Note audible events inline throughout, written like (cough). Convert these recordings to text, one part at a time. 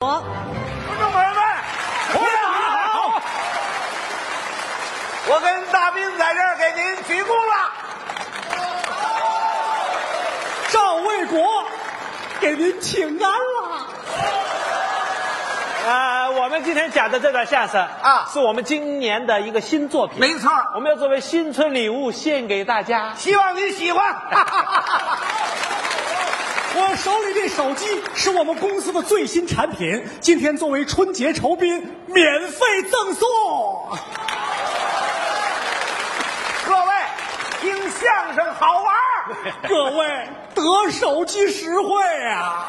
我观众朋友们，鼓掌好！我跟大斌在这儿给您鞠躬了。赵卫国给您请安了。呃，我们今天讲的这段相声啊是我们今年的一个新作品，没错儿，我们要作为新春礼物献给大家。希望您喜欢。我手里这手机是我们公司的最新产品，今天作为春节酬宾，免费赠送。各位，听相声好玩儿各位得手机实惠啊！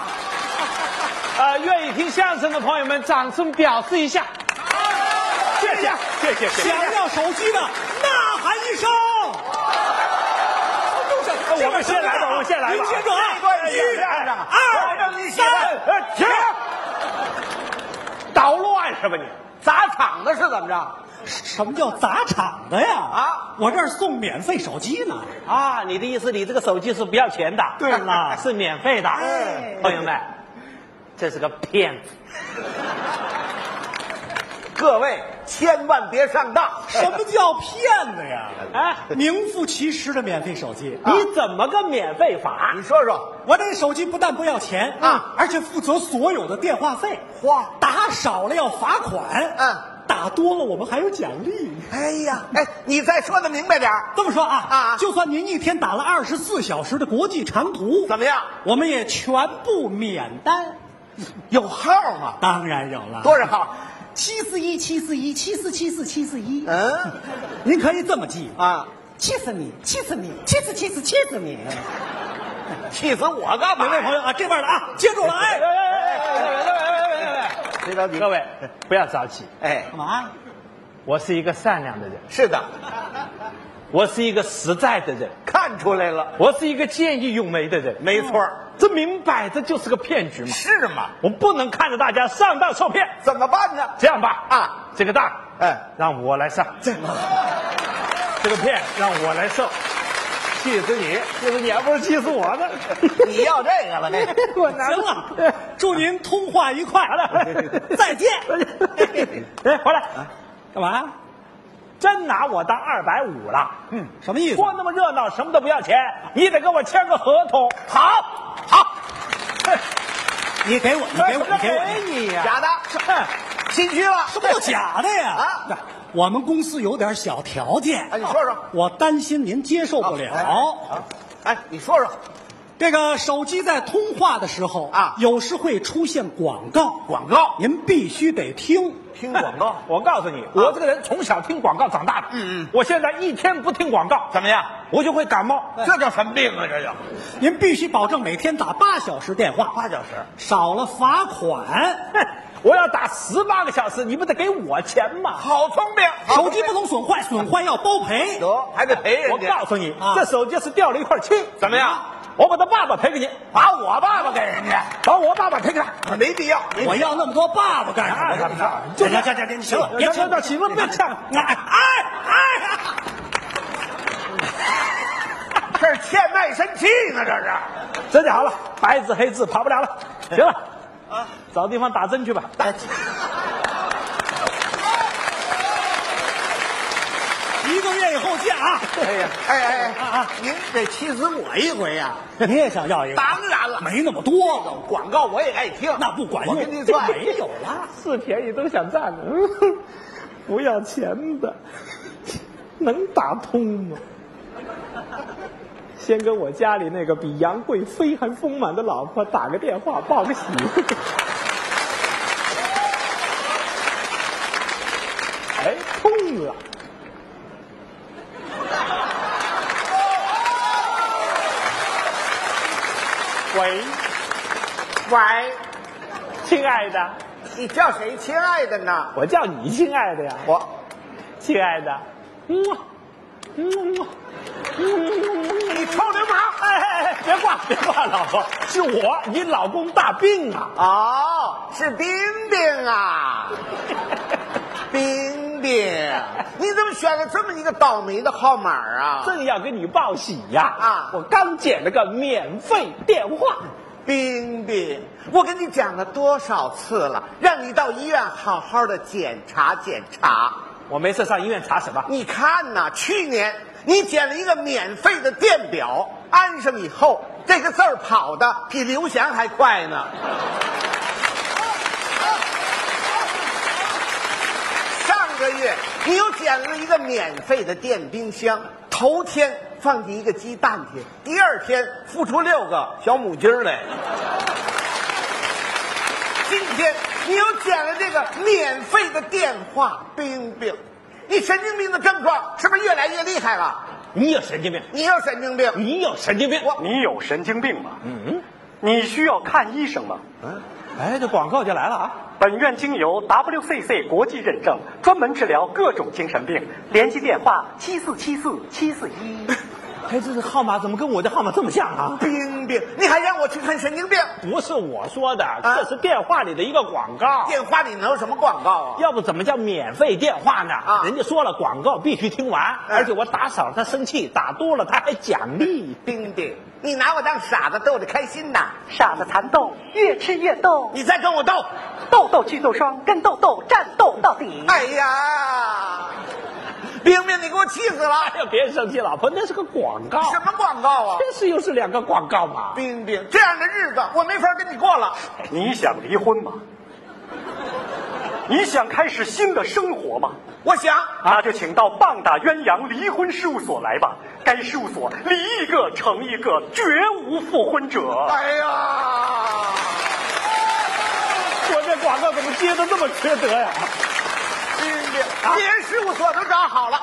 呃，愿意听相声的朋友们，掌声表示一下。谢谢，谢谢，谢谢。想要手机的呐喊一声。我们先来吧，我们先来吧。哎啊您先说啊这段一也是相声哎二哎让您喜三欢，呃停！捣乱是吧你？砸场子是怎么着？什么叫砸场子呀？啊，我这儿送免费手机呢。啊，你的意思，你这个手机是不要钱的？对了 (laughs) 是免费的哎。朋友们，这是个骗子。各位千万别上当。哎什么叫骗子呀？哎，名副其实的免费手机。啊你怎么个免费法你？说说，我这手机不但不要钱啊，而且负责所有的电话费。哇打少了要罚款，嗯打多了我们还有奖励。哎呀，哎，你再说的明白点儿，这么说啊啊就算您一天打了二十四小时的国际长途，怎么样？我们也全部免单。有号吗？当然有了，多少号？七四一七四一七四七四七四一。嗯您可以这么记，啊，气死你，气死你，气死气死气死你！气死我干嘛哪呀？位朋友啊，这边的啊，接住了，哎哎，哎哎哎哎哎哎哎哎！别着急，各位，不要着急，哎，干嘛？我是一个善良的人，是的，我是一个实在的人，看出来了，我是一个见义勇为的人。没错儿，这明摆着就是个骗局嘛！是吗？我们不能看着大家上当受骗。怎么办呢？这样吧，啊，这个当，呃哎，让我来上。怎么？这个骗让我来受，气死你！气死你，还不如气死我呢！你要这个了，这个 (laughs) 我行了， (laughs) 祝您通话愉快， (laughs) 再见。啊哎，回来，干嘛？真拿我当二百五了。嗯，什么意思？啊过那么热闹，什么都不要钱，你得跟我签个合同。好，好，你给我，你给我，你给哎我，你呀、假的，心虚了，什么叫假的呀？啊，我们公司有点小条件哎，，你说说，我担心您接受不哦了。好，哎，你说说这个手机在通话的时候啊有时会出现广告，广告，您必须得听。啊听广 (laughs) 告我告诉你，我这个人从小听广告长大的。嗯嗯，我现在一天不听广告，怎么样？我就会感冒。这叫什么病啊？这叫您必须保证每天打八小时电话，八小时，少了罚款。哼 (laughs) 我要打十八个小时，你不得给我钱吗？好聪明， (laughs) 手机不能损坏，损坏要包赔。得还得赔 (laughs) 我人家告，诉你，啊这手机是掉了一块漆，怎么样？我把他爸爸赔给你，把我爸爸给人家，把我爸爸赔给他。没必要，没必我要那么多爸爸干哎什干嘛么？行行行行，行了，别行呛了行了别呛了哎哎哎！这是欠卖身契呢，这是。真的好了，白纸黑字跑不了了，哎行了，啊，找地方打针去吧。一个月以后见 (laughs) 啊！哎呀，哎哎啊哎，啊！您得气死我一回呀、你也想要一个？当然了，没那么多，广告我也爱听， (laughs) 那不管用。我跟您算，没有 (laughs) 了。是便宜都想占了，不要钱的，能打通吗？先跟我家里那个比杨贵妃还丰满的老婆打个电话报个喜。 (laughs) 哎，通了。喂，喂，亲爱的，你叫谁亲爱的呢？我叫你亲爱的呀。我，亲爱的，嗯嗯你臭流氓！哎哎哎，别挂，别挂，老婆，是我，你老公大病啊。哦，是冰冰 (laughs) 啊，冰冰，你怎么选了这么一个倒霉的号码啊？正要给你报喜呀、啊我刚捡了个免费电话，冰冰，我跟你讲了多少次了，让你到医院好好的检查检查。我没事上医院查什么？你看呐，去年你捡了一个免费的电表，安上以后，这个字儿跑的比刘翔还快呢。上个月你又捡了一个免费的电冰箱，头天放进一个鸡蛋去，第二天孵出六个小母鸡儿来。今天你又捡了这个免费的电话，冰冰，你神经病的症状是不是越来越厉害了？你有神经病！你有神经病，你有神经病！我你有神经病吗？嗯，你需要看医生吗？哎，这广告就来了啊！本院经由 WCC 国际认证，专门治疗各种精神病。联系电话：七四七四七四一。哎，这个号码怎么跟我的号码这么像啊？冰冰，你还让我去看神经病？不是我说的，这是电话里的一个广告。电话里能有什么广告啊？要不怎么叫免费电话呢？啊人家说了，广告必须听完，嗯而且我打少了他生气，打多了他还奖励。冰冰，你拿我当傻子逗着开心呐？傻子蚕豆，越吃越哦逗，你再跟我斗！痘痘祛痘霜，跟痘痘战斗到底。哎呀，冰冰，你给我气死了！哎呀，别生气，老婆，那是个广告，什么广告啊？这是又是两个广告嘛？冰冰，这样的日子我没法跟你过了。你想离婚吗？你想开始新的生活吗？我想，那就请到棒打鸳鸯离婚事务所来吧。该事务所离一个成一个，绝无复婚者。哎呀，我这广告怎么接的这么缺德呀？冰冰，连事务所都找好了，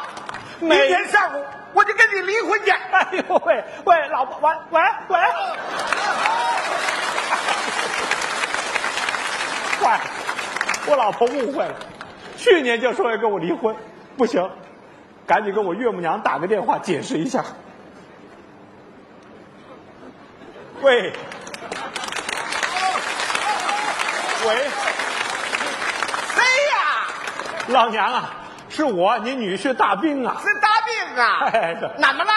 明没天上午我就跟你离婚去。哎呦喂喂，老婆，喂喂喂，喂，我老婆误会了，去年就说要跟我离婚，不行，赶紧跟我岳母娘打个电话解释一下。喂，喂，谁哎呀？老娘啊，是我，你女婿大兵啊，是大病啊哎是？怎么啦？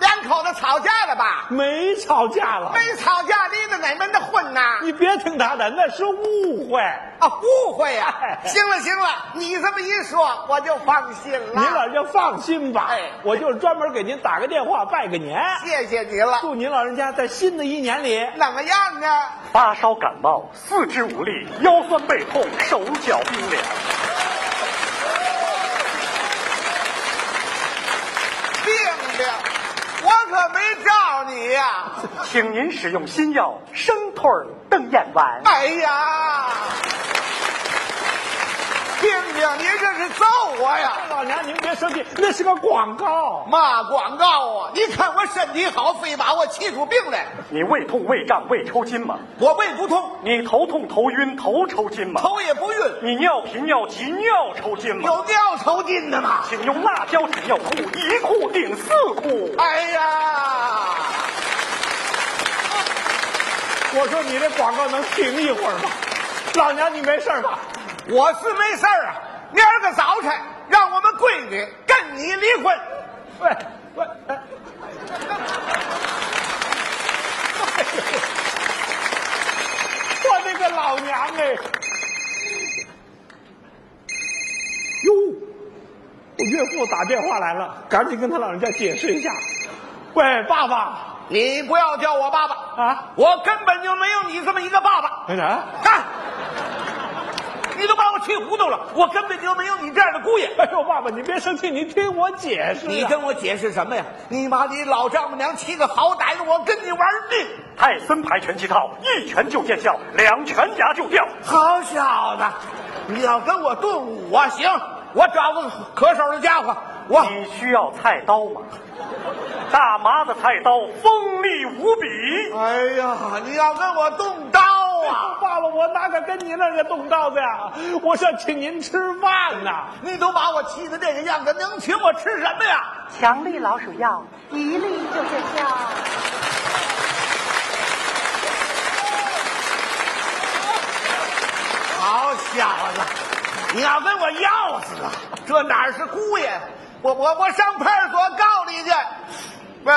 两口子吵架了吧？没吵架了，没吵架，离得哪门的婚呐？你别听他的，那是误会。啊，误会呀、哎 (laughs) 行了行了，你这么一说，我就放心了。您老人家放心吧，哎我就是专门给您打个电话拜个年，谢谢你了。祝您老人家在新的一年里怎么样啊呢？发烧、感冒、四肢无力、腰酸背痛、手脚冰凉。病病，我可没叫你呀、请您使用新药生退儿瞪眼丸。哎呀，病病，您这是揍我呀！老娘您别生气，那是个广告。骂广告啊！你看我身体好，非把我气出病来。你胃痛、胃胀、胃抽筋吗？我胃不痛，你头痛、头晕、头抽筋吗？头也不晕，你尿频、尿急、尿抽筋吗？有尿抽筋的吗？请用辣椒纸尿裤，一裤顶四裤。哎呀，我说你这广告能停一会儿吗？老娘你没事儿吧？我是没事儿啊。明儿个早晨，让我们闺女跟你离婚。喂喂，哎我那个老娘哎，哟，我岳父打电话来了，赶紧跟他老人家解释一下。喂，爸爸你不要叫我爸爸，啊，我根本就没有你这么一个爸爸。哎啥？看，你都把我气糊涂了，我根本就没有你这样的姑爷。哎呦，爸爸，你别生气，你听我解释啊、你跟我解释什么呀？你妈你老丈母娘气个好歹的，我跟你玩命！泰森牌拳击套，一拳就见效，两拳牙就掉。好小子，你要跟我顿武啊？行，我找个可手的家伙，我你需要菜刀吗？大妈的菜刀锋利无比。哎呀，你要跟我动刀啊？爸爸，我哪敢跟您那个动刀子呀？我是要请您吃饭呐、 (laughs) 你都把我气的这个样子，能请我吃什么呀？强力老鼠药，一粒就见效。好小子，你要跟我要死啊？这哪儿是姑爷？我我我上派出所告你去！哎喂，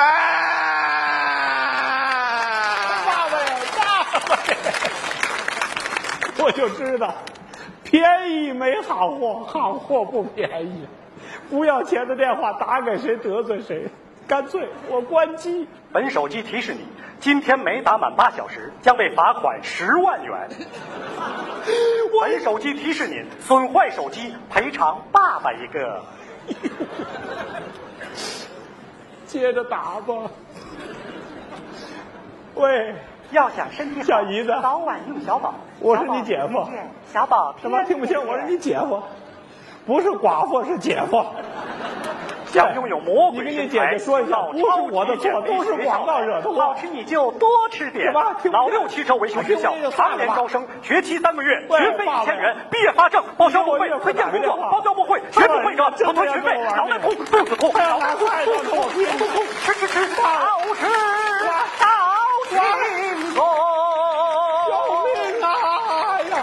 爸爸呀，爸爸！我就知道，便宜没好货，好货不便宜。不要钱的电话打给谁得罪谁，干脆我关机。本手机提示你，今天没打满八小时将被罚款十万元。本手机提示您，损坏手机赔偿爸爸一个。接着打吧。喂，要想身体好，小姨子早晚用小宝。我是你姐夫小宝他平安夜小宝妈听不清，我是你姐夫，不是寡妇，是姐夫。想拥有魔你鬼跟你身姐材，姐说一下，老不是我的错，都是广告惹的祸老。师你就多吃点什么听。不老六汽车维修学校听不见就算常了吧年招生，学期三个月，喂学费爸爸一千元，毕业发证，报销不我会越，推荐工作，越报销不会，学不会者真不退的学要费跟我，玩脑袋痛，肚子痛，哎呀脑袋痛，快肚点子痛，快点肚子痛，吃吃吃，哇好吃到心头。救命啊！哎呀！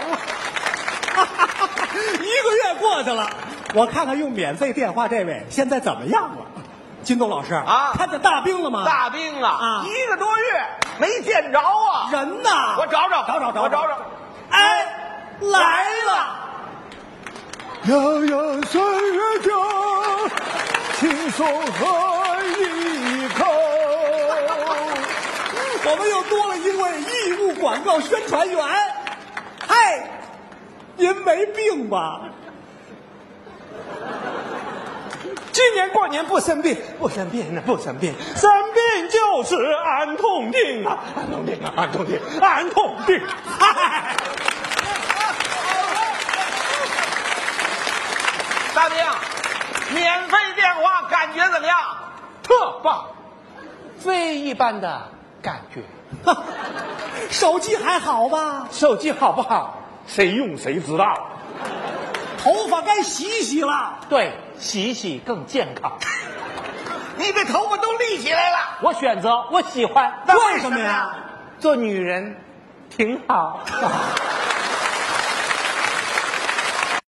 (laughs) 一个月过去了，我看看用免费电话这位现在怎么样了。金东老师啊看见大兵了吗？大病了，啊一个多月没见着啊！人呢？我找找，找找找我找找。哎，来了！洋洋三月天，轻松喝一口。我们又多了一位义务广告宣传员。嗨，您没病吧？今年过年不生病，不生病呢，不生病，生病就是安痛定啊，安痛定啊，安痛定，安痛定。嗨，大兵，免费电话感觉怎么样？特棒，非一般的感觉。 (laughs) 手机还好吧？手机好不好？谁用谁知道。头发该洗洗了。对，洗洗更健康。你这头发都立起来了。我选择我喜欢为什么呀？做女人，挺好。